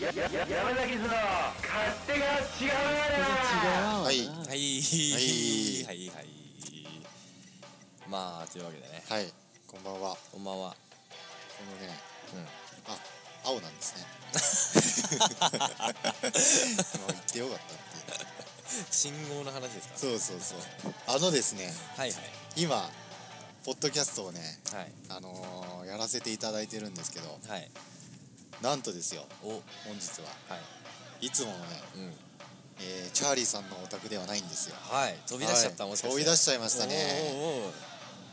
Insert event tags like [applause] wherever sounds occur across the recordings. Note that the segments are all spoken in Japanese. やや山崎の勝手が違うははいいはいはいはいはいまあというわけでねはいこんばんはこんばんはこのねうんあ青なんです [laughs] ねもう言ってよかったって信号の話ですかそうそうそうあのですねはいは今ポッドキャストをねいはいあのーやらせていただいてるんですけどはいなんとですよおはい本日はいつものね、うんえーチャーリーさんのお宅ではないんですよはい飛び出しちゃったはいもしかして飛び出しちゃいまましたね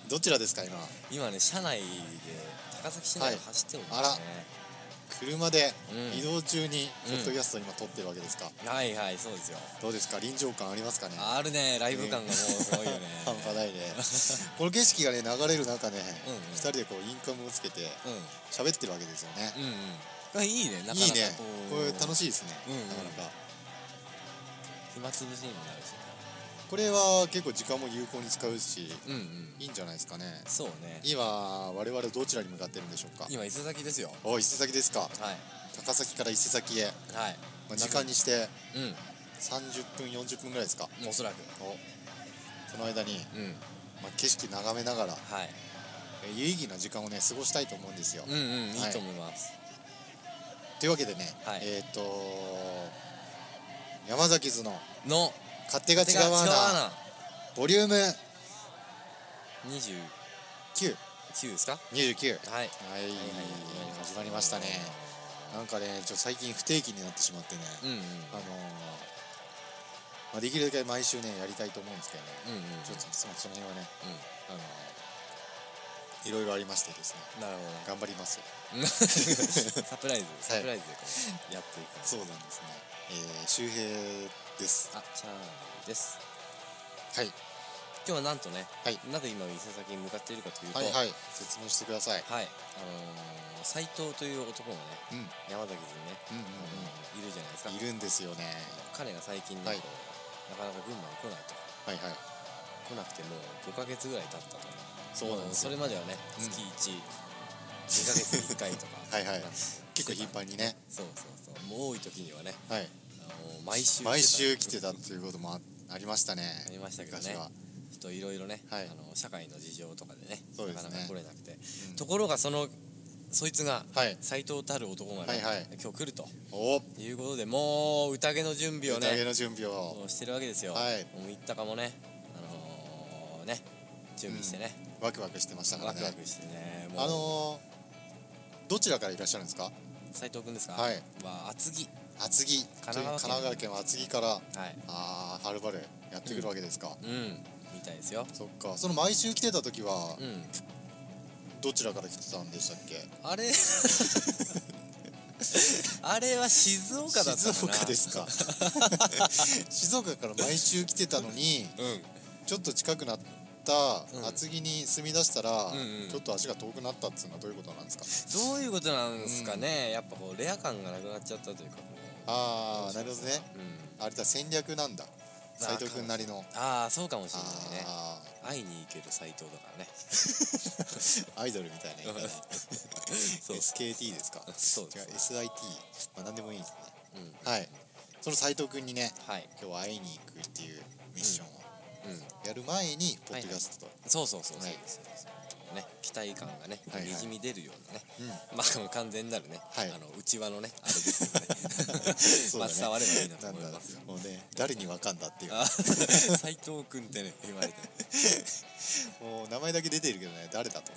どちらですか今今ね車内で高崎市内を走っておりますね車でうん移動中にうポんッドキャストを今撮ってるわけですか、はいはいそうですよどうですか臨場感ありますかねあるねライブ感がもうすごいよね半 [laughs] 端ないねこの景色がね流れる中ね、うんうん2人でこうインカムをつけて喋ってるわけですよねうんうんうんいいねなかなかいいねここうれ楽しいですね、うんうんなかなか暇つぶしにもなるしねこれは結構時間も有効に使うしうんうんいいんじゃないですかねそうね今我々どちらに向かってるんでしょうか今伊勢崎ですよお伊勢崎ですかはい高崎から伊勢崎へ、はいまあ、時間にしてう30分40分ぐらいですかんおそらくおその間に、うんまあ、景色眺めながらはいえ有意義な時間をね過ごしたいと思うんですよ、うんうんいいはいと思いますというわけでね、はいえっ、と山崎図のの「勝手が違う違う穴ボリューム29 929ですかはいはい、始まりましたねなんかねちょっと最近不定期になってしまってね、うんうんうんあのーまあ、できるだけ毎週ねやりたいと思うんですけどね、うんちょっとそのその辺はね、あのーいろいろありましてですねなるほどね頑張りますうんサプライズサプライズでこうやっていくそうなんですね、えー、周平ですあチャーリーですはい今日はなんとねはいなぜ今伊勢崎に向かっているかというとはいはいはい説明してくださいあの斎藤という男がねうんうん山崎にねうんあのいるじゃないですかうんいるんですよね彼が最近ねはいこうなかなか群馬に来ないとはいはい来なくてもう5ヶ月ぐらい経ったとそうなんですそよれまではねうん月1、2ヶ月に1回とかはいはいなんか結構頻繁にねそうそうそうもう多い時にはねはいあの毎週毎週来たてたっていうこともあありましたねありましたけどね昔はちょっといろいろね、はいあの社会の事情とかでねそうでなすねかなか来れなくて、うんところがそのそいつがはい斎藤たる男がね、はいはい今日来るとおっいうことでもう宴の準備を宴ねの準備をもうしてるわけですよ、はいもう行ったかもねあのー、ね準備してね、ワクワクしてましたからワクワねクしてねもうあのーどちらからいらっしゃるんですか斉藤君ですかはいは厚木厚木神奈川県という神奈川県は厚木からはいあーはるばるやってくるわけですか、うんみたいですよそっかその毎週来てた時はうんどちらから来てたんでしたっけあれ [laughs] あれは静岡だったかな静岡ですか静岡から [laughs] 毎週来てたのにうちょっと近くなったうん厚木に住み出したら、んうんちょっと足が遠くなったっていうのはどういうことなんですかんどういうことなんですかね、やっぱこうレア感がなくなっちゃったというかこうああなるほどねうんあれだ戦略なんだ斎藤君なりのああそうかもしれないねあ会いに行ける斎藤だから [laughs] ねーアイドルみたいな [laughs] 言い方そう SKT ですかそう違でうす SIT まあ何でもいいですうんねはいその斎藤君にねはい、今日会いに行くっていうミッションをうん、やる前にポッドキャストとそうそうそうそうはいそうそうね期待感がねはいはいにじみ出るようなね、うんまああの完全なるね、はいあの内輪のねあれですよね [laughs] そう [laughs] まだあね伝わればいいなとなん思だいますよもうね誰にわかんだっていうあ [laughs] 斎藤君ってね言われてもう名前だけ出てるけどね誰だと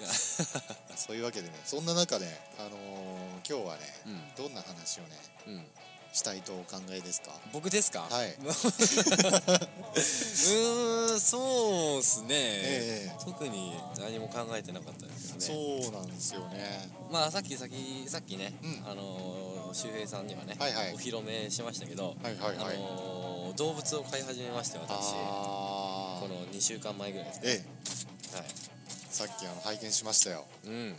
[laughs] そういうわけでねそんな中で、あのー今日はね、どんな話をねうん、うん、したいとお考えですか僕ですかはいうーんそうっすね、ええ特に何も考えてなかったですけどねそうなんですよねまあさっきさっきさっきね、うんあのー周平さんにはね、はいはいお披露目しましたけど、はいはいあはいのー動物を飼い始めまして私あこーの2週間前ぐらいですね、ええはいさっきあの拝見しましたようん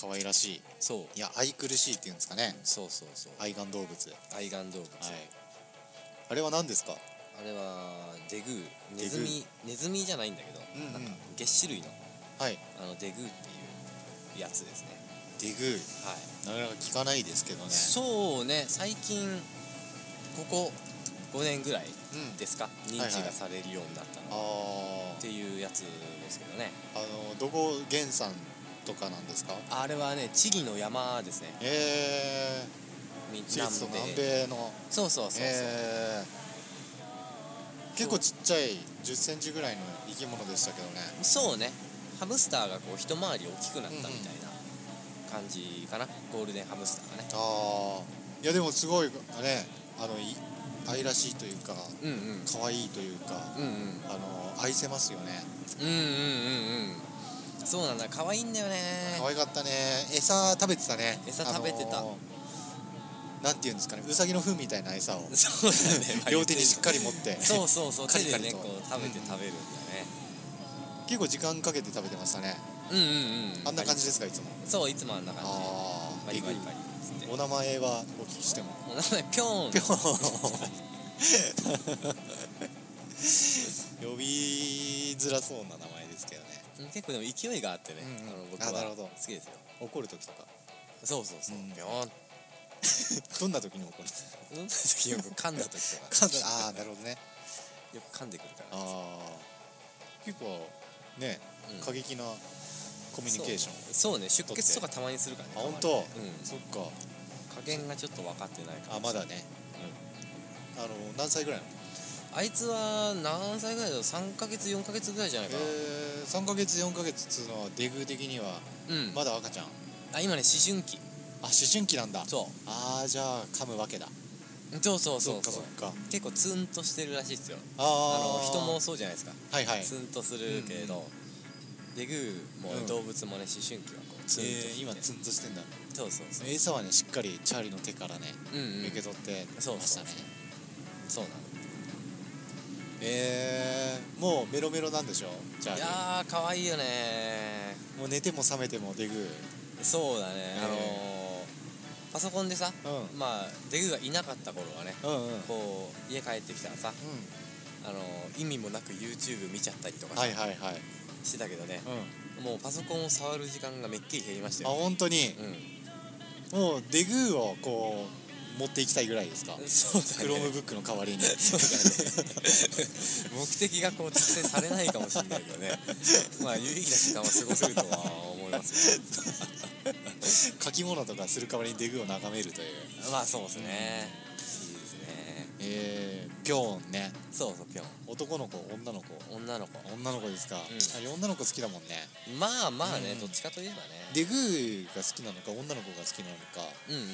可愛らしいそういや愛くるしいっていうんですかねそうそうそう愛玩動物愛玩動物、あれは何ですかあれはデグーネデグズーミネズミじゃないんだけど、うんうんなんかげっ歯類のはいあのデグーっていうやつですねデグなかなか聞かないですけどねそうね最近ここ5年ぐらいうんですか認はい知がされるようになったあのはあっていうやつですけどねあのどこ源さんとかなんですかあれはねチリの山ですねえみー、チリと南南米米のそうそうそうそう、えー、結構ちっちゃい1 0ンチぐらいの生き物でしたけどねそうねハムスターがこう一回り大きくなったみたいな感じかな、ゴールデンハムスターがねああいやでもすごいねあのい愛らしいというかうんうん可愛いというかうんあの愛せますよねうんうんうんうんうんそうなんだ可愛いんだよね可愛かったね餌食べてたね餌食べてたあのーなんていうんですかねウサギの糞みたいな餌を [laughs] そうだね両手にしっかり持ってそうそうそうカ手リカでリねとこう食べてうん食べるん [laughs] 結構時間かけて食べてましたねだねうんうんうんあんな感じですかいつもそういつもあんな感じああバリバリバリっつってお名前はお聞きしてもお名前ピョーンぴょん呼びづらそうな名前ですけどね結構でも勢いがあってね、うんうんあの僕あなるはほど好きですよ怒る時とかそうそうそう、うんピョーンどんな時に怒るんですか飲んだ時よく噛んだ時とか噛んだああなるほどねよく噛んでくるからああ結構ねうん過激なコミュニケーションそうそうね出血とかたまにするからねあ本た当まにねそっかうん加減がちょっと分かってないからあまだねあの何歳ぐらいなのあいつは何歳ぐらいだろう3ヶ月4ヶ月ぐらいじゃないかな、えー、3ヶ月4ヶ月っつうのはデグー的にはうん、まだ赤ちゃんああ今ね思春期思春期なんだそああじゃあ噛むわけだうそうそうそうそうっかそっか結構ツンとしてるらしいですよあああの人もそうじゃないですか、はいはいツンとするけど、デグーもね、うん動物もね思春期はこうツンとしてえー、今ツンとしてんだそうそうそう餌はねしっかりチャーリーの手からねうん、うん、受け取ってそうましたねそうなのえー、もうメロメロなんでしょチャーいリやーー可愛いよねもう寝ても覚めてもデグそうだね、えーあのーパソコンでさーうんまあデグーがいなかった頃はねうんうんうんこう家帰ってきたらさ、あのー意味もなく YouTube 見ちゃったりとかさはいはいはい、してたけどねうん、あもうパソコンを触る時間がめっきり減りましたよ、本当にうもうデグーをこう持っていきたいぐらいですかん、そうだクねロームブックの代 [laughs] わりに目的がこう達成されないかもしれないけどね [laughs] まあ有意義な時間を過ごせるとは思いますけ書き物とかする代わりにデグーを眺めるというどまあそうですねいいですねえー、ピョーンねそうそうぴょん男の子女の子女の子女の子ですか、んあれ女の子好きだもんねまあまあね、うんどっちかといえばねデグーが好きなのか女の子が好きなのかうんうんっ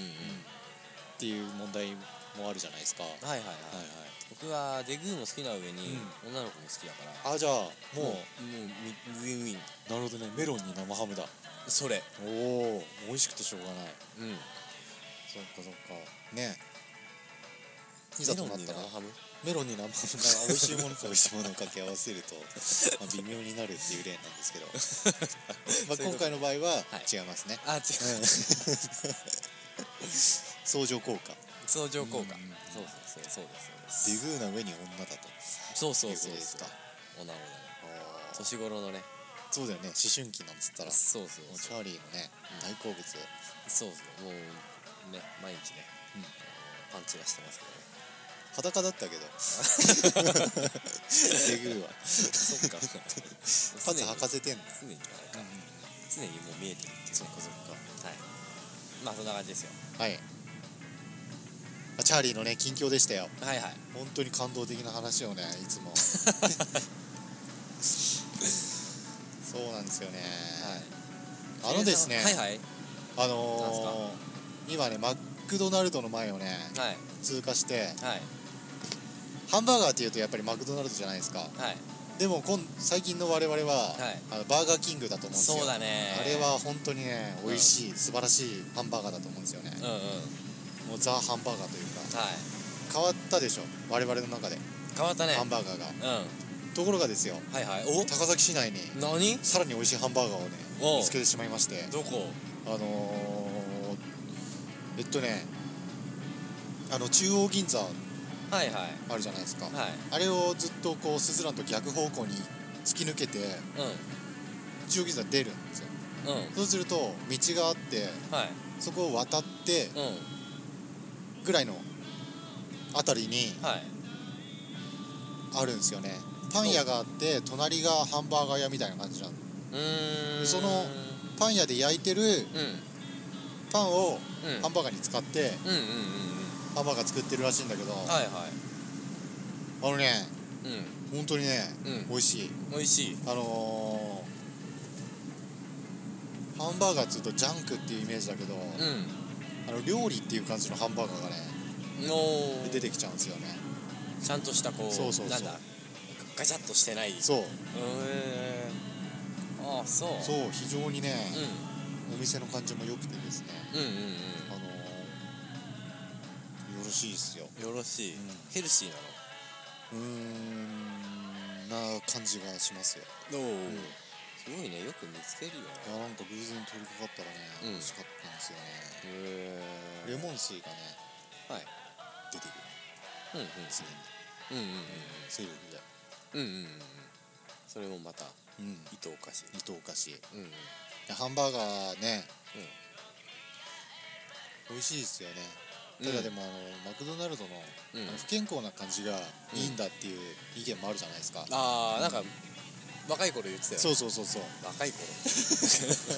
ていう問題もあるじゃないですか、うんはいはいはい、はいはい僕はデグーも好きな上に、女の子も好きだからあじゃあもう、もうもうみウィンウィンなるほどねメロンに生ハムだそれおお美味しくてしょうがないうんそっかそっかねいざメとロなっンにた生らハムメロンに生ハムが美味しいものと美味しいものを掛け合わせる [laughs] と、まあ、微妙になるっていう例なんです [laughs] けど、まあ、今回の場合ははい違いますね、あ違う相乗効果相乗効果うんそうそうそうそうですそデうですグーな上に女だとそうそいううこそとうですかおなごだねあー年頃のねそうだよね思春期なんつったらもそうそううチそうャーリーのね大好物そうそうもうね毎日ね、うんパンチがしてますけどね裸だったけど [laughs] デグーはそっかパンツ履かせてんの常にあれか、常にもう見えてるっていう、ね、そっかそっかはいまあそんな感じですよはいあチャーリーのね近況でしたよはいはい本当に感動的な話をねいつもそうなんですよね、 [laughs] あのですね、はいはいあのー、今ねマクドナルドの前をねはい通過してはいハンバーガーっていうとやっぱりマクドナルドじゃないですかはいでも今最近の我々は、はいあのバーガーキングだと思うんですよそうだねあれは本当にね美味しい、素晴らしいハンバーガーだと思うんですよねうんうんはいもうザ・ハンバーガーというか変わったでしょ我々の中で、変わったねハンバーガーがうんところがですよはいはい高お崎市内に何さらに美味しいハンバーガーをねおう見つけてしまいましてどこあのー、えっとねあの中央銀座はいはいあるじゃないですか、はいあれをずっとこうすずらんと逆方向に突き抜けてうん中央銀座出るんですようんそうすると道があってはいそこを渡ってうんぐらいの辺りにはいあるんですよねパン屋があって隣がハンバーガー屋みたいな感じなのうーんそのパン屋で焼いてるうんパンをうんハンバーガーに使ってうんうんうんハンバーガー作ってるらしいんだけどうんあはいはのねいうん本当にねうん美味しい美味しいあのーハンバーガーっつうとジャンクっていうイメージだけどうあの料理っていう感じのハンバーガーがねんの出てきちゃうんですよねちゃんとしたこうそうそうそうなんだガチャッとしてないへそうえああそうそう非常にねうお店の感じも良くてですねんうんうんあのーよろしいですようんよろしいうんヘルシーなうーんな感じがしますよのおんすごいねよく見つけるよねいやなんか偶然通りかかったらね、うん美味しかったんですよねへレモン水がね、はい出てくうるんうん常うにんうん水分でうんうんうんうんそれもまたうん糸おかしい伊藤お菓子いうんうんやハンバーガーね、うん美味しいですよねうんただでもあの、マクドナルドの,、うんあの不健康な感じがいいんだっていう意見もあるじゃないですか、ああなんか若い頃言ってたよそうそうそうそう若い頃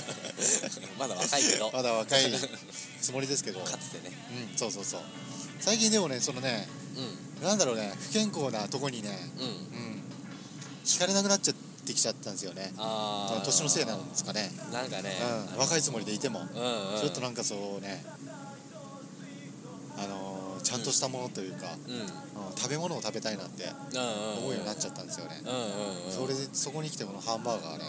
[laughs] まだ若いけ [laughs] どまだ若いつもりです [laughs] けど、うかつてねん、そうそうそう最近でもねそのねうなんだろうね不健康なとこにねんうんうん惹かれなくなっちゃってきちゃったんですよねああ年のせいなんですかね、なんかねうん、若いつもりでいても、うんうんちょっとなんかそうねあのーちゃんとしたものというか、うんうんうんうん食べ物を食べたいなってうん思うようになっちゃったんですよね、うんうんうんそれでそこに来てこのハンバーガーね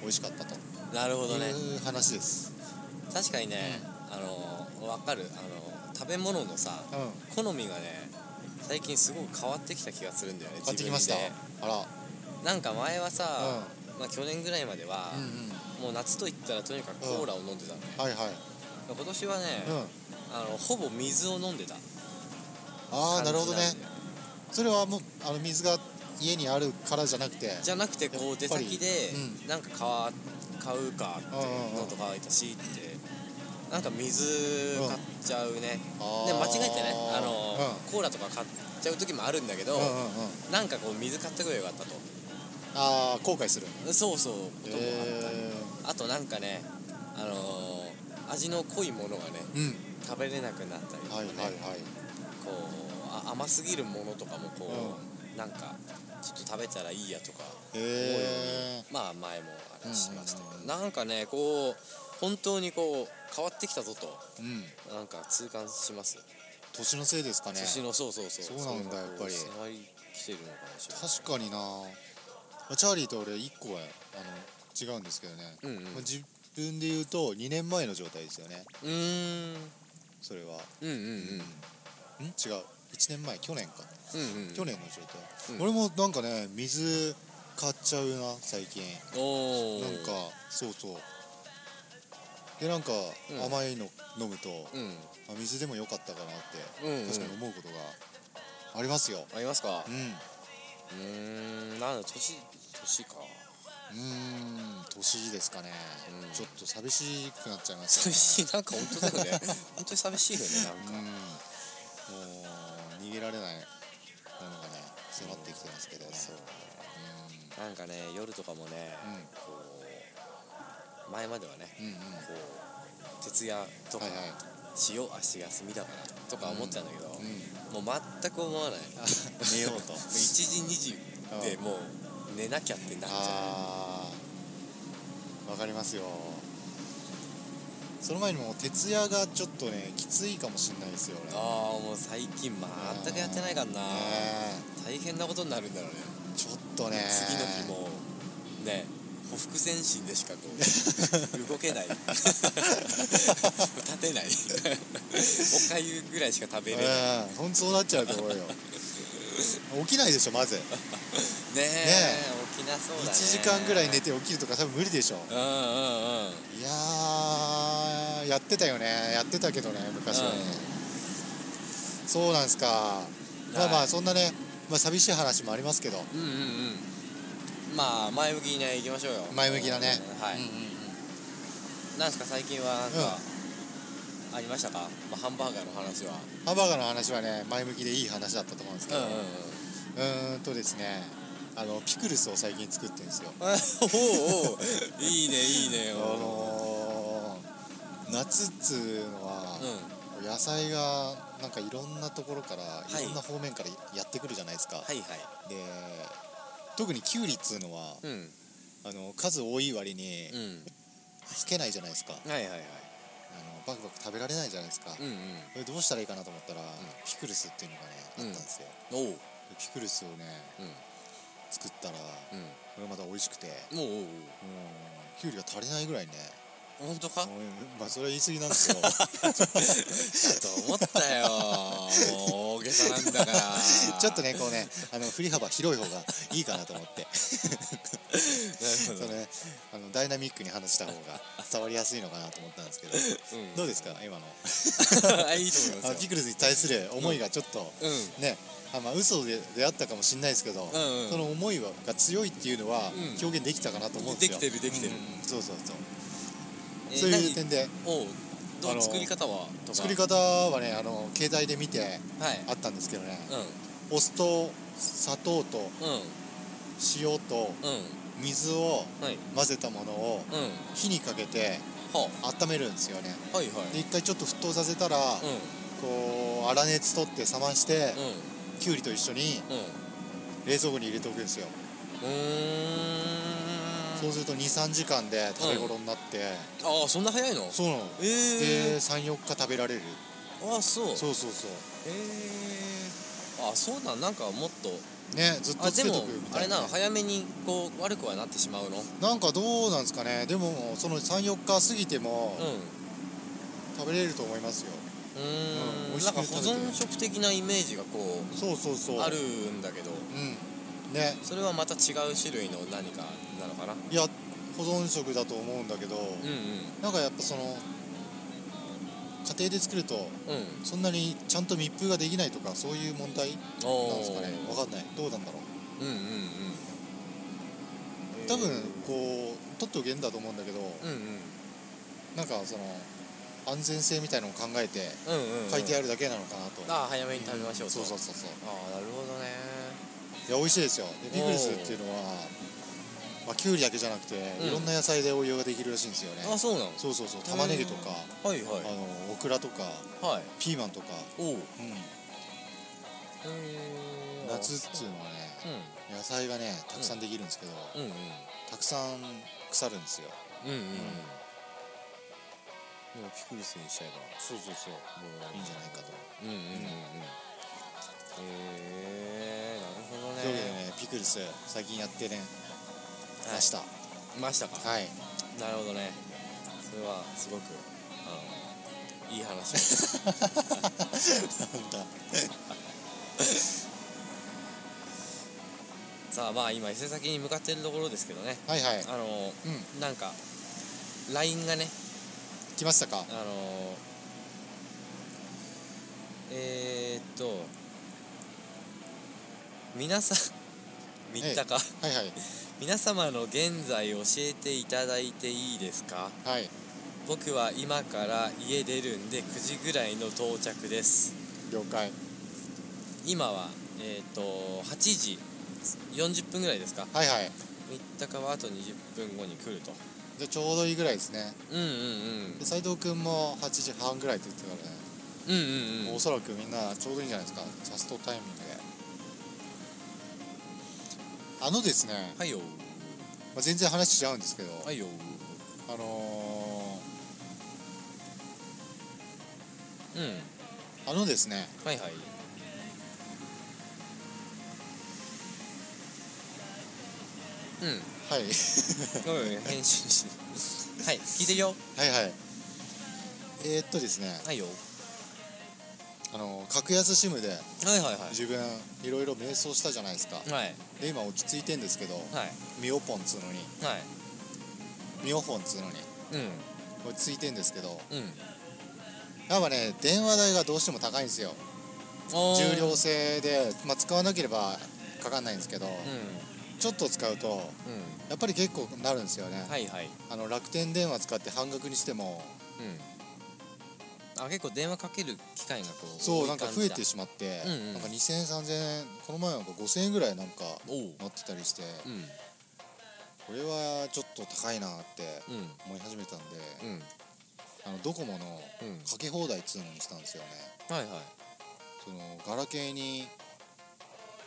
う美味しかったとんなるほどねいう話です、確かにねあのわかるあの食べ物のさうん、好みがね最近すごく変わってきた気がするんだよね買ってきました自分あらでなんか前はさまあ去年ぐらいまではうんうもんう夏といったらとにかくコーラを飲んでたのねはいはい、今年はねうん、あのほぼ水を飲んでたああなるほどね感じんだよそれはもうあの水が家にあるからじゃなくてじゃなくてこやうっ出ぱり先でなんか買わ買うかってうんうんうんのとかいたしってなんか水買っちゃうねあーで間違えてねあのうんコーラとか買っちゃう時もあるんだけどうんうんうん、なんかこう水買ってくればよかったとああ後悔するそうそうこともあっえたあとなんかねあのー味の濃いものがねー、うん食べれなくなったりとかはいねはいはいこうあ甘すぎるものとかもこうなんかちょっと食べたらいいやとかへえまあ前もあれしましたけど、うんうんうんなんかねこう本当にこう変わってきたぞとー、うんなんか痛感します、年のせいですかね年のそうそうそうそうなんだれがこやっぱり迫り来てるのかもしれない確かになチャーリーと俺1個はあの違うんですけどね、うんうんまあ自分で言うと2年前の状態ですよねうーんそれはうんうんうん違う1年前去年か、うんうんうん去年の状態、うん俺もなんかね水買っちゃうな最近おおなんかそうそうでなんかうん甘いの飲むと、うんあ水でもよかったかなっうん、うてん、確かに思うことがありますよありますかうんううーんなんだ年年かーん年ですかね、うんちょっと寂しくなっちゃいました寂ねしいなんか本当だよね本当に寂しいよねうんなんか、もう逃げられないものがね迫ってきてますけどねそうなんかね夜とかもね、うんこう前まではねうんうんうんこう徹夜とかはいはいしよう、明日休みだからとか思ってたんだけど、うんもう全く思わない寝ようと1時2時でもう寝なきゃってなっちゃあーわかりますよその前にも徹夜がちょっとねきついかもしれないですよう俺ああもう最近全くやってないからなね大変なことになるんだろうねえちょっとね次の日もねほふ前進でしかこ [laughs] う動けない立てないおかゆぐらいしか食べれないねうん本当そうなっちゃうと思うよ [laughs] 起きないでしょまずえ起きなそうだね1時間ぐらい寝て起きるとか多分無理でしょうんうんうんいやーやってたよねやってたけどね昔はね、そうなんすかまあまはあいそんなね、まあ、寂しい話もありますけどうんうんうんまあ前向きにね行きましょうよ前向きだねはい、うんうんうんなんですか最近はなんか、ありましたか、まあ、ハンバーガーの話はハンバーガーの話はね前向きでいい話だったと思うんですけどうーんとですねあのピクルスを最近作ってるんですよ [laughs] おうおういいねいいねあのー、夏っつうのは、うん野菜がなんかいろんなところから、いい、ろんな方面からやってくるじゃないですか、はいはいで特にキュウリっつうのは、うんあの数多い割にうんはけないじゃないですか、あはいはいはいのバクバク食べられないじゃないですか、うんうんでどうしたらいいかなと思ったら、ピクルスっていうのがねあったんですよ、おうでピクルスをね作ったらこうれまた美味しくてもんうんおうおううキュウリが足りないぐらいねおう本当かもうまあそれは言い過ぎなんですけどと思ったよもう大げさなんだから [laughs] ちょっとねこうねあの振り幅広い方がいいかなと思ってなるそほのねあのダイナミックに話した方が伝わりやすいのかなと思ったんですけどどうんどうですか今のあ [laughs] いいと思いあますのピよクルスに対する思いがちょっと、うんねあまあ嘘で出会ったかもしれないですけど、んうんその思いはが強いっていうのはうん表現できたかなと思うんですよ、できてるできてるうんうんそうそうそうえそういう何点でおうどうあの作り方はとか作り方はねあの携帯で見てはいあったんですけどねうお酢と砂糖とんうん塩とうん水をはい混ぜたものをうん火にかけては温めるんですよねあはいはでい一回ちょっと沸騰させたら、うこう粗熱取って冷ましんて、うんきゅうりと一緒にうん冷蔵庫に入れておくんですようーそんうすると23時間で食べ頃になって、ああそんな早いのそうなのえでえ34日食べられるあそうそうそうそうええあそうなんなんかもっとねずっとあつでけともくみあたれいななね、早めにこう悪くはなってしまうのうなんかどうなんですかねでもその34日過ぎてもん食べれると思いますよ、うーうんん美味なんしか保く食べてる存食的なイメージがこそうそうそううあるんだけどうんねそれはまた違う種類の何かなのかないや保存食だと思うんだけど、うんうんなんかやっぱその家庭で作るとうんそんなにちゃんと密封ができないとかそういう問題おーなんですかね分かんないどうなんだろううんうんうん多分こう取っておけんだと思うんだけど、うんうんなんかその安全性みたいのを考えてうんうん書いてああるだけなのかなと、あ早めに食べましょうとそうそうそうそうああなるほどねいや美味しいですよでピクルスっていうのはまあきゅうりだけじゃなくて、うんいろんな野菜で応用ができるらしいんですよねあそうなのそうそうそう玉ねぎとか、はいはいあのオクラとかはいピーマンとか、おううん、へー夏っつうのはねう野菜がねたくさんできるんですけど、んうんたくさん腐るんですようんうんうんもうピクルスにしちゃえばそうそうそういいんじゃないかと、うんうんうんうんへえなるほどというわけでねねピクルス最近やってねはまいしたましたか [laughs] はいなるほどねそれはすごくあのいい [laughs] 話なんださあまあ今伊勢崎に向かっているところですけどねはいはいあのうんなんか LINE がね来ましたかあのえー、っと皆さん見たか、はいはい皆様の現在教えていただいていいですかはい僕は今から家出るんで9時ぐらいの到着です了解今はえー、っと8時40分ぐらいですかはいはい三鷹はあと20分後に来るとじゃあちょうどいいぐらいですねうんうんで斉藤君も8時半ぐらいって言ってたからね、うんうんうんうんおそらくみんなちょうどいいんじゃないですかジャストタイミングであのですね、はいよまあ、全然話違うんですけど、はいよあのうんー、あのですねはいはいうんはいお [laughs] い編集 [laughs] しはい聞いてるよはいはいえー、っとですねはいよあのー格安 SIM ではいはいは自分いろいろ迷走したじゃないですかいはいで今落ち着いてんですけどはいミオポンっつうのにはミオフォンっつうのにいうん落ち着いてんですけどうんやっぱね電話代がどうしても高いんですよおー重量制で、まあ、使わなければかかんないんですけど、うちょっと使うとうやっぱり結構なるんですよね、んはいはいあの楽天電話使って半額にしてもうんあ結構電話かける機会がこうそ多ういなんか感増えじだてしまって、うんうんなんか2000円3000円この前なんか5000円ぐらいなんかおう乗ってたりしてうんこれはちょっと高いなってうん思い始めたんで、うんあのドコモのうんかけ放題っつうのにしたんですよねはいはそのガラケーに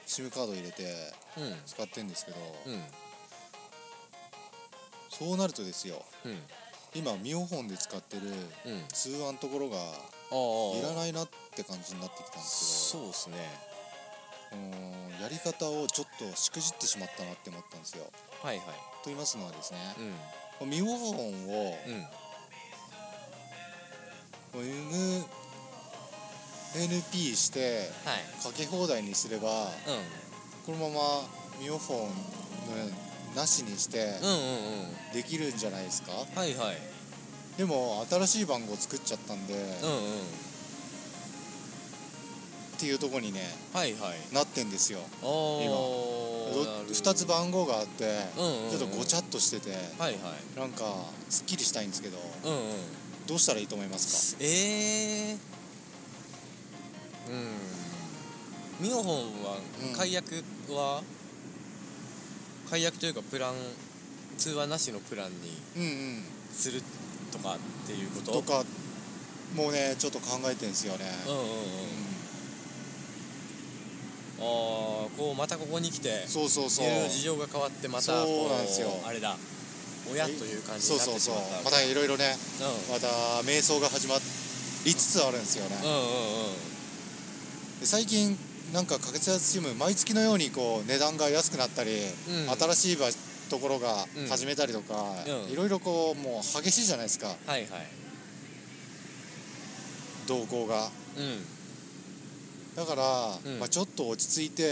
SIM カード入れていうん使ってんですけど、うんそうなるとですようん今ミオフォンで使ってるうん通話のところがいらああないなって感じになってきたんですけそうですねどうんやり方をちょっとしくじってしまったなって思ったんですよはいはいと言いますのはですねうんミオフォンをうん M NP してはいかけ放題にすればうこのままミオフォンのなしにしてんうんうんうんできるんじゃないですかはいはいでも新しい番号作っちゃったんでっうんうんていうとこにねはいはいなってんですよああ2つ番号があってうんうんうんちょっとごちゃっとしててはいはいなんかすっきりしたいんですけどうんうんどうしたらいいと思いますええうんミオホンはうん解約は、解約というかプラン通話なしのプランにかうんうんするとかっていうこととかもうねちょっと考えてんすよねうんうんうんああこうまたここに来てそうそうそういろいろ事情が変わってまたこそうなんですよあれだ親という感じそにうなっそうてしそうまったまたいろいろねうんまた瞑想が始まりつつあるんですよねうんうんうんで最近なんか格安チーム毎月のようにこう値段が安くなったり、うん新しい場ところがうん始めたりとか、うんいろいろこうもう激しいじゃないですかはいはい動向がうんだから、うんまあ、ちょっと落ち着いて、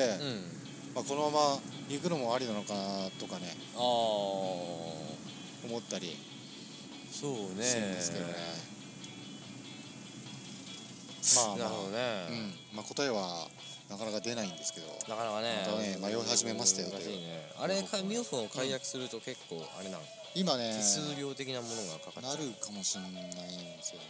うんまあ、このまま行くのもありなのかなとかねああ思ったりそうねするんですけどね、なるまあまほどあ、ね、うんまあ、答えはなかなか出ないんですけどなかなかねまたね迷い始めましたよ難しいねうあれかミオフォンを解約すると結構あれなの今ね手数料的なものがかかっちゃなうるかもしれないんですよね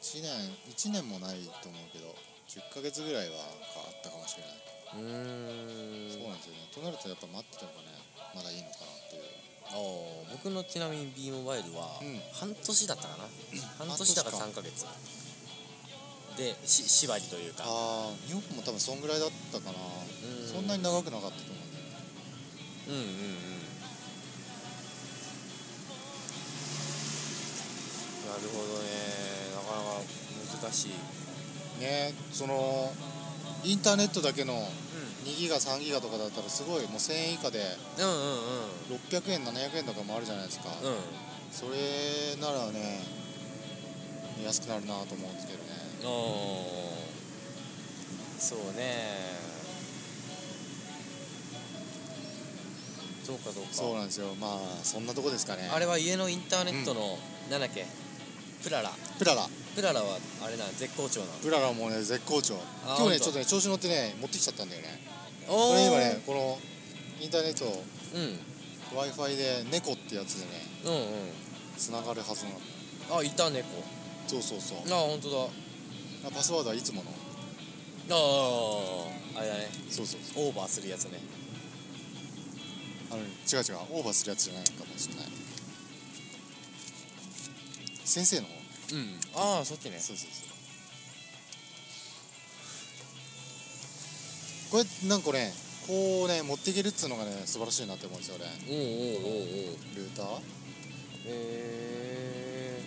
1年1年もないと思うけど10ヶ月ぐらいはなんかあったかもしれないうーんそうなんですよねとなるとやっぱ待ってたのがねまだいいのかなっていうあー僕のちなみに B モバイルはうん半年だったかな、半年だから半3ヶ月でし縛りというかああ日本も多分そんぐらいだったかなうんそんなに長くなかったと思うんだよねうんうんうんなるほどねなかなか難しいねそのインターネットだけのう2ギガ3ギガとかだったらすごいもう1000円以下でんうんうん600円700円とかもあるじゃないですか、うんうんそれならね安くなるなと思うんですけどねおーそうねそうかそうかそうなんですよまあそんなとこですかねあれは家のインターネットの、なんだっけプララプララプララはあれな絶好調なのプララもね絶好調あー今本日ね当ちょっとね調子乗ってね持ってきちゃったんだよねおこーれ今ねこのインターネットうん w i f i で猫ってやつでねうんつながるはずなのうんあいた猫そうそうそうあ本当だパスワードはいつものあああれだねそうそうそオーバーするやつねうあの違う違うオーバーするやつじゃないかもしれない先生の方うんああそっちねそうそうそうこれなんかねこうね持っていけるっつうのがね素晴らしいなって思うんですよねおうおうおうおうルーターへえ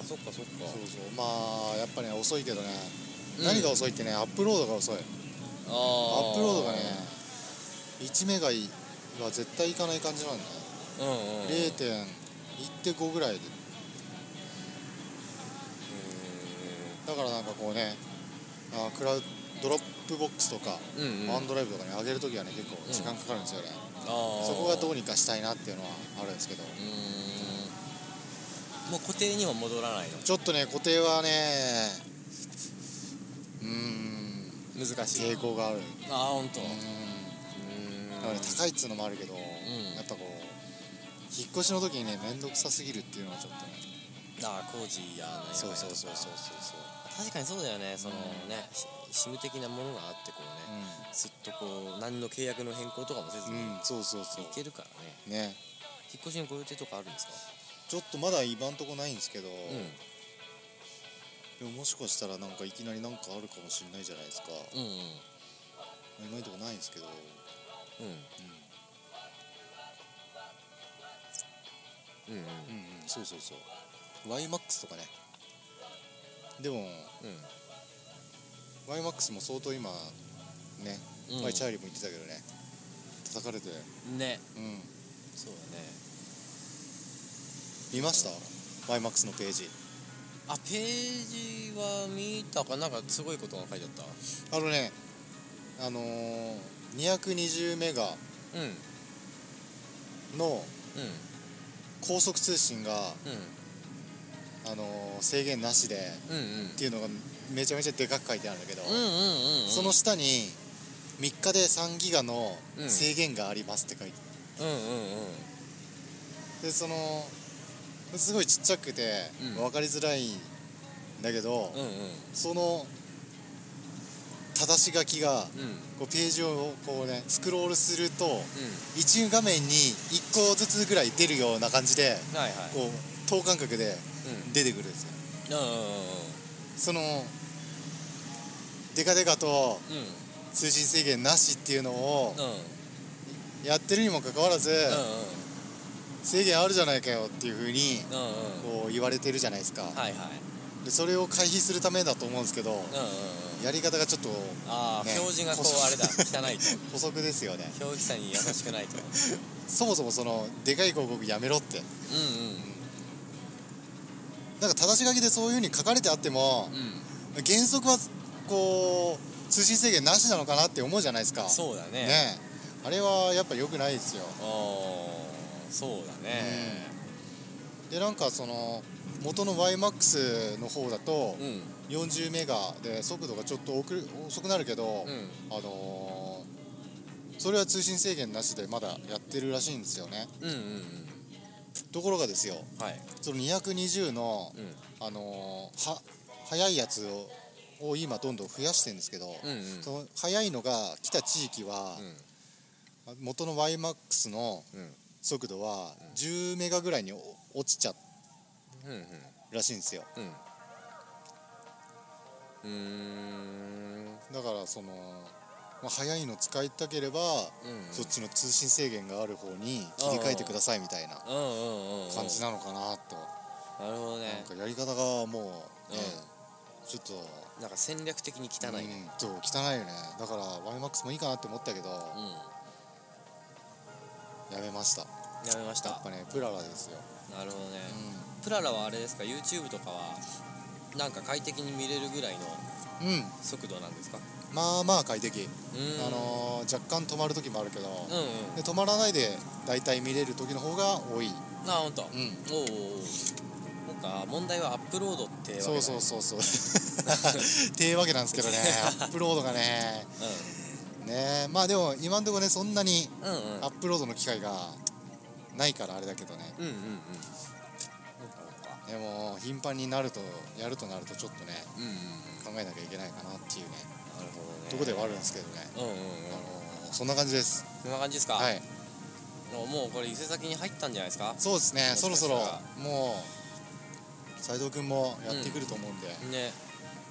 あそっかそっかそうそうまあやっぱね遅いけどね、うん何が遅いってねアップロードが遅いあアあップロードがね1メガいは絶対いかない感じなんだ、うんうんうん0.1点5ぐらいでだからなんかこうねあクラウドドロップボックスとか、うんうんワンドライブとかね上げるときはね結構時間かかるんですよね、あーそこがどうにかしたいなっていうのはあるんですけどうーんもう固定には戻らないのちょっとね固定はねうーん難しい抵抗があるああ本当。ううーんんだから高いっつうのもあるけど、やっぱこう引っ越しの時にね面倒くさすぎるっていうのはちょっとねああ工事やなんやそうそうそうそうそうそう確かにそうだよねそのねしシム的なものがあってこうね、ずっとこう何の契約の変更とかもせずうにん、うん、そうそうそいけうるからねね引っ越しのご予定とかあるんですかちょっとまだ今んとこないんですけど、うでももしかしたらなんかいきなりなんかあるかもしれないじゃないですか、んうんうん今んとこないんですけどうんうんうんうんうんそうそうそう YMAX とかねでもうん YMAX も相当今ね、うん前チャーリーも言ってたけどね叩かれてねうんそうだね見ました YMAX のページあページは見たかなんかすごいことが書いてあったあのねあのー、220メガうんうんの高速通信が、あのー、制限なしでっうんうんていうのがめちゃめちゃでかく書いてあるんだけど、うんうんうんその下に3日で3ギガのうん制限がありますって書いてうんうんうんでそのすごいちっちゃくてうん分かりづらいんだけど、うんうんその正し書きうんがこうページをこうねスクロールするとう1画面に1個ずつぐらい出るような感じんではいはいこう等間隔で出てくるんですうよんうんそのデカデカとうんうん通信制限なしっていうのをうんうんやってるにもかかわらずう制限あるじゃないかよっていうふうにんうんうんこう言われてるじゃないですかはいはいでそれを回避するためだと思うんですけどうんうんうんやり方がちょっとああね表示がこうあれだ汚いと補足ですよね表記者に優しくないとそもそもそのでかい広告やめろってうんなんか正し書きでそういうふうに書かれてあってもうんうん原則はこう通信制限なしなのかなって思うじゃないですかそうだねねえあれはやっぱ良くないですよおーそうだねでなんかその元の YMAX の方だとうん40メガで速度がちょっと遅れ遅くなるけど、うんあのーそれは通信制限なしでまだやってるらしいんですよねうんうんところがですようんはいその220の、うんあのーは速いやつをを今どんどん増やしてるんですけど、うんうんその速いのが来た地域は、元の YMAX のうん速度は10メガぐらいにお落ちちゃううんうんらしいんですようーんだからその、まあ、速いの使いたければ、うんそっちの通信制限がある方に切り替えてくださいみたいなうんうんうんうん感じなのかなと、なるほどなんねかやり方がもう、ねちょっとなんか戦略的に汚いねうんと汚いよねだから YMAX もいいかなって思ったけど、うんやめましたややめましたっぱねプララですよ、なるほどねうプララはあれですか YouTube とかはなんか快適に見れるぐらいのんうん、速度なんですかまあまあ快適、うーんあのー若干止まる時もあるけど、うんうんで止まらないで大体見れる時の方が多い、あほんとうん、おうおうおうなんか問題はアップロードってわけだそうそうそうそうっていうわけ [laughs] なんですけどねアップロードがねねまあでも今んとこねそんなにうんうんうんアップロードの機会がないからあれだけどねうんうんうんでも頻繁になるとやるとなるとちょっとねうんうんうん考えなきゃいけないかなっていうねなるほどねとこではあるんですけどね、うんうんうんあのーそんな感じですこんな感じですかはいもうこれ伊勢崎に入ったんじゃないですかそうですねもしそかろしたそらろもう斉藤君もやってくると思うんで、ね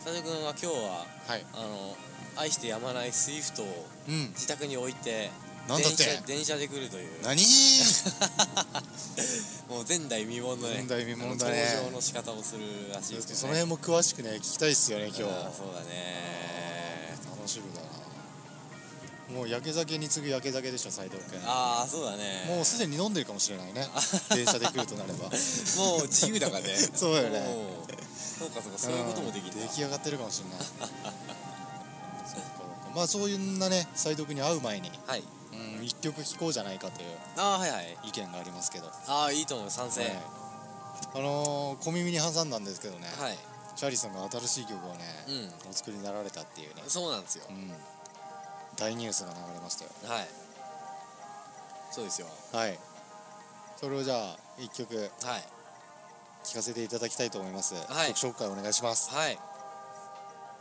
佐藤君は今日ははいあの愛してやまないスイフトをうん自宅に置いてなんだって電車電車で来るという何 [laughs] もう前代未聞のね前代未聞だあねの登場の仕方をするらしいですけど、ね、その辺も詳しくね聞きたいっすよね今日あーそうだね楽しみだなもう焼け酒に次ぐ焼け酒でしょ斉藤君ああそうだねもうすでに飲んでるかもしれないね電車で来るとな [laughs] ればもう自由だからね [laughs] そうよもうねそうかそうかそういうこともできるうん出来上がってるかもしれないそっかそっかまあそういうなね斉藤君に会う前に、はいうん、一曲聴こうじゃないかというああはいはい意見がありますけど、ああいいと思う賛成ははいい、あのー小耳に挟んだんですけどね、チャーリーさんが新しい曲をね、お作りになられたっていうねうん、そうなんですようん、大ニュースが流れましたよはいそうですよはいそれをじゃあ一曲はい聴かせていただきたいと思います、はい曲紹介お願いしますはい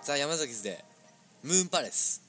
ザ・山崎ズでムーンパレス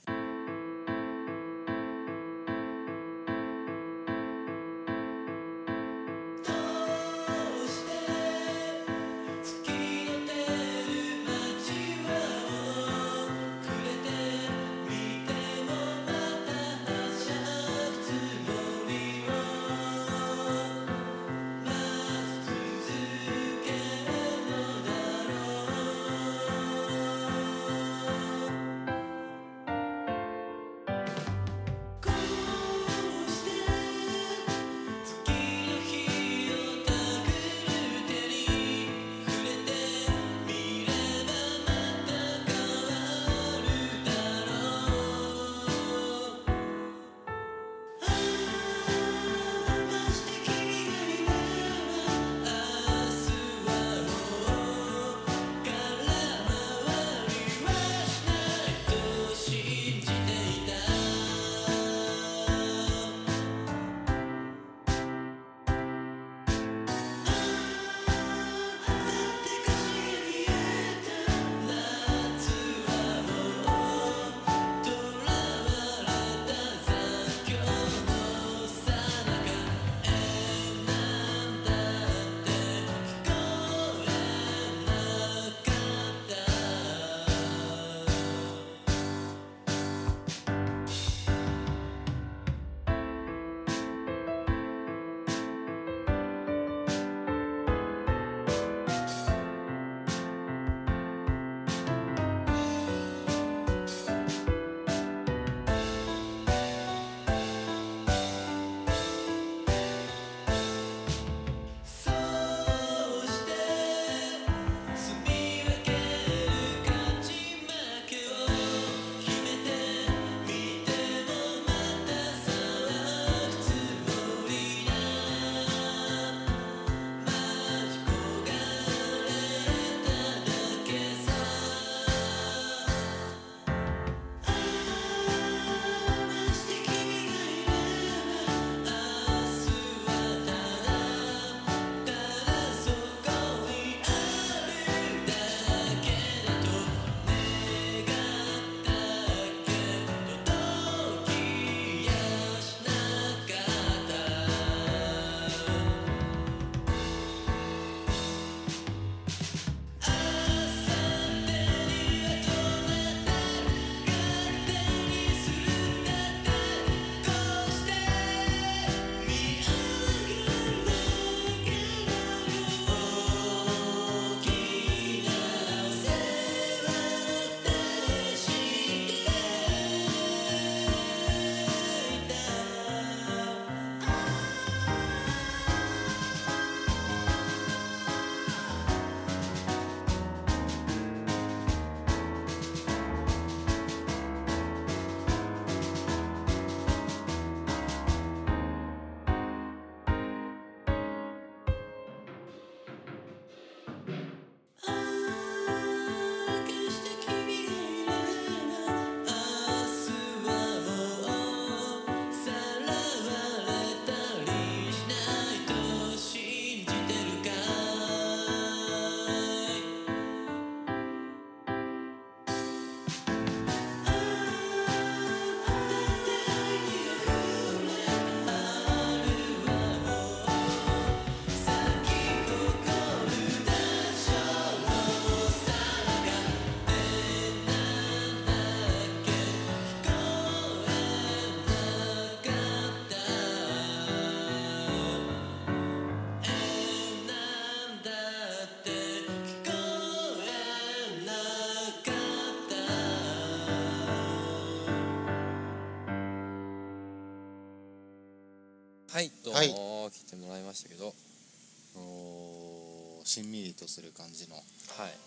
はいどうも、はい来てもらいましたけどはいおーしんみりとする感じの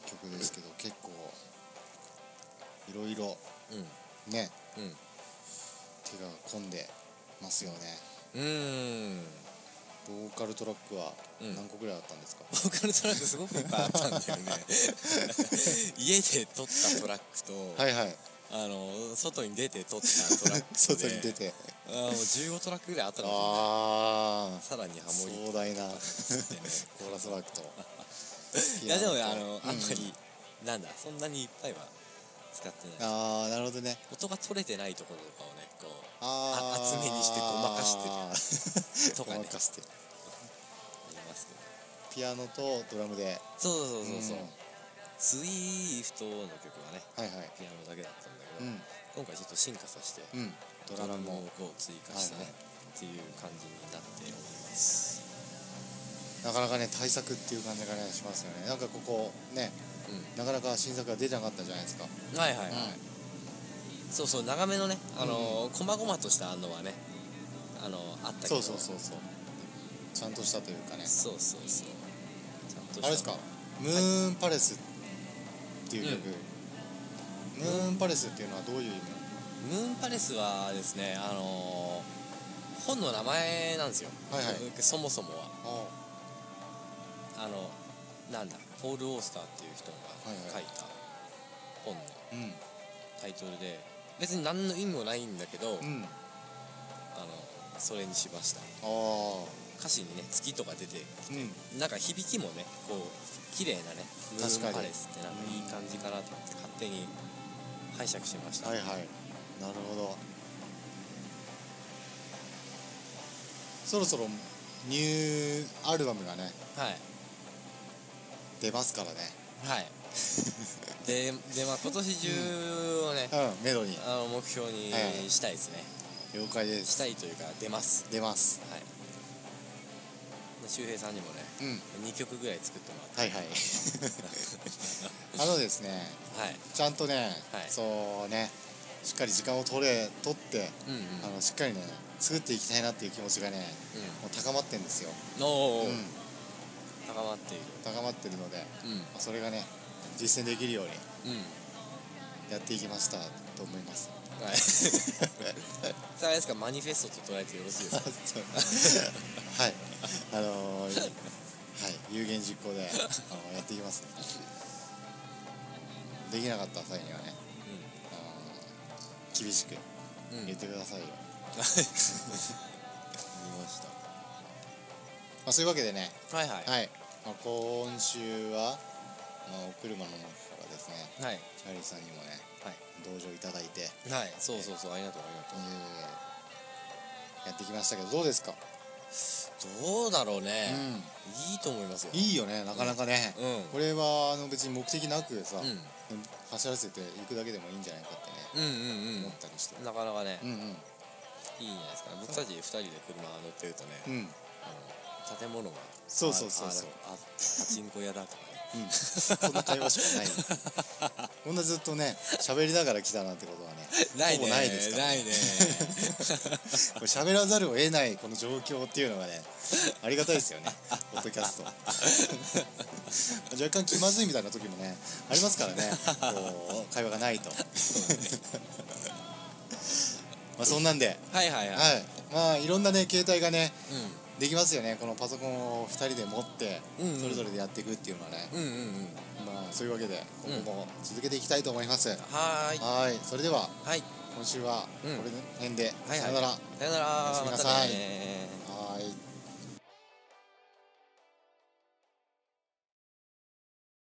曲ですけど結構いろいろね、うん手が込んでますよねうんうーんボーカルトラックはうん何個ぐらいあったんですか、ボーカルトラックすごくいっぱいあったんだよね家で撮ったトラックと、はいはいあの外に出て撮ったトラックで [laughs] 外に出てあーもう15トラックぐらいあったのかああさらにハモリ壮大なっコてねーラスワークといやでもねあピアのノあとんまり、なんだそんなにいっぱいは使ってないああなるほどね音が取れてないところとかをねこ [laughs] うああ厚めにしてごまかしてるしてとかねごまかしてありますけどピアノとドラムでそうそうそうそう、うんスイーフトの曲はねはいはいピアノだけだったんだけうど、ん今回ちょっと進化させて、うんドラムもをこう追加してね、はいはいっていう感じになっておりますなかなかね対策っていう感じがねしますよねなんかここねなかなか新作が出てなかったじゃないですか、うんはいはいはい、そうそう長めのねあのー細々としたのはねあのーあったけそどうそうそうそうちゃんとしたというかねそうそうそうちゃんとしたあれですか「ムーンパレス」っていう曲、ムーンパレスっていうのはどういう意味ムーンパレスはですねあのー本の名前なんですよ、はいはいそもそもはなのああのなんだポール・オースターっていう人が書いた本のあうんタイトルで別に何の意味もないんだけど、あのうんあそれにしましたあー歌詞にね月とか出てうんなんか響きもねこう綺麗なねム確かーンにパレスってなんかいい感じかなと思って勝手に拝借してました、はいはいなるほどそろそろニューアルバムがねはい出ますからね [laughs] はい。で、でまあ今年中をね、うんメドにあの目標にはいしたいですね。了解でしすたいというか出ます。出ますはい。で周平さんにもね、うん2曲ぐらい作っても [laughs] らって。はいはいあのですねはい。ちゃんとね、はいそうねしっかり時間を取れ取って、うんうん。あのしっかりね作っていきたいなっていう気持ちがねもう高まってんですよ、うん。おお、うん、高まっている。高まってるので、うんまあそれがね実践できるようにうん。やっていきましたと思いますはい。 [laughs] さああれですかマニフェストと捉えてよろしいですか。はいあのー、はい有言実行で、あのやっていきますできなかった際にはね、あのー厳しくうん。うん。言ってくださいよ、ました。まあ、そういうわけでねはいはい。はい、まあ、今週は、まあ、お車の中からですねはい。はい。チャーリーさんにもね同情いただいて、えはい。そうそうそうありがとうありがとう。ーやってきましたけどどうですか、どうだろうね、いいと思いますよいいよねなかなかね、うんうんこれはあの別に目的なくうさ、ん走らせていくだけでもいいんじゃないかってね、うんうん思ったりしてうんなかなかね、うんうんいいんじゃないですか僕たち2人で車乗ってるとね、うんあの建物がそうそうそうそうあああパチンコ屋だとかねうん、そんな会話しかない [laughs] こんなずっとね喋りながら来たなんてことはねないほぼねないですからない [laughs] ねこれ喋らざるを得ないこの状況っていうのがねありがたいですよねポッドキャスト若干気まずいみたいな時もねありますからねこう会話がないと [laughs] まあそんなんではいはいはい、はいまあいろんなね携帯がねうできますよねこのパソコンを2人で持ってうんうんそれぞれでやっていくっていうのはね、ん、うんうんうんまあそういうわけで今後も続けていきたいと思います、はーいはいそれでははい今週はこうんれの辺で、はいはいさよなら、さよならおやすみなさいまたね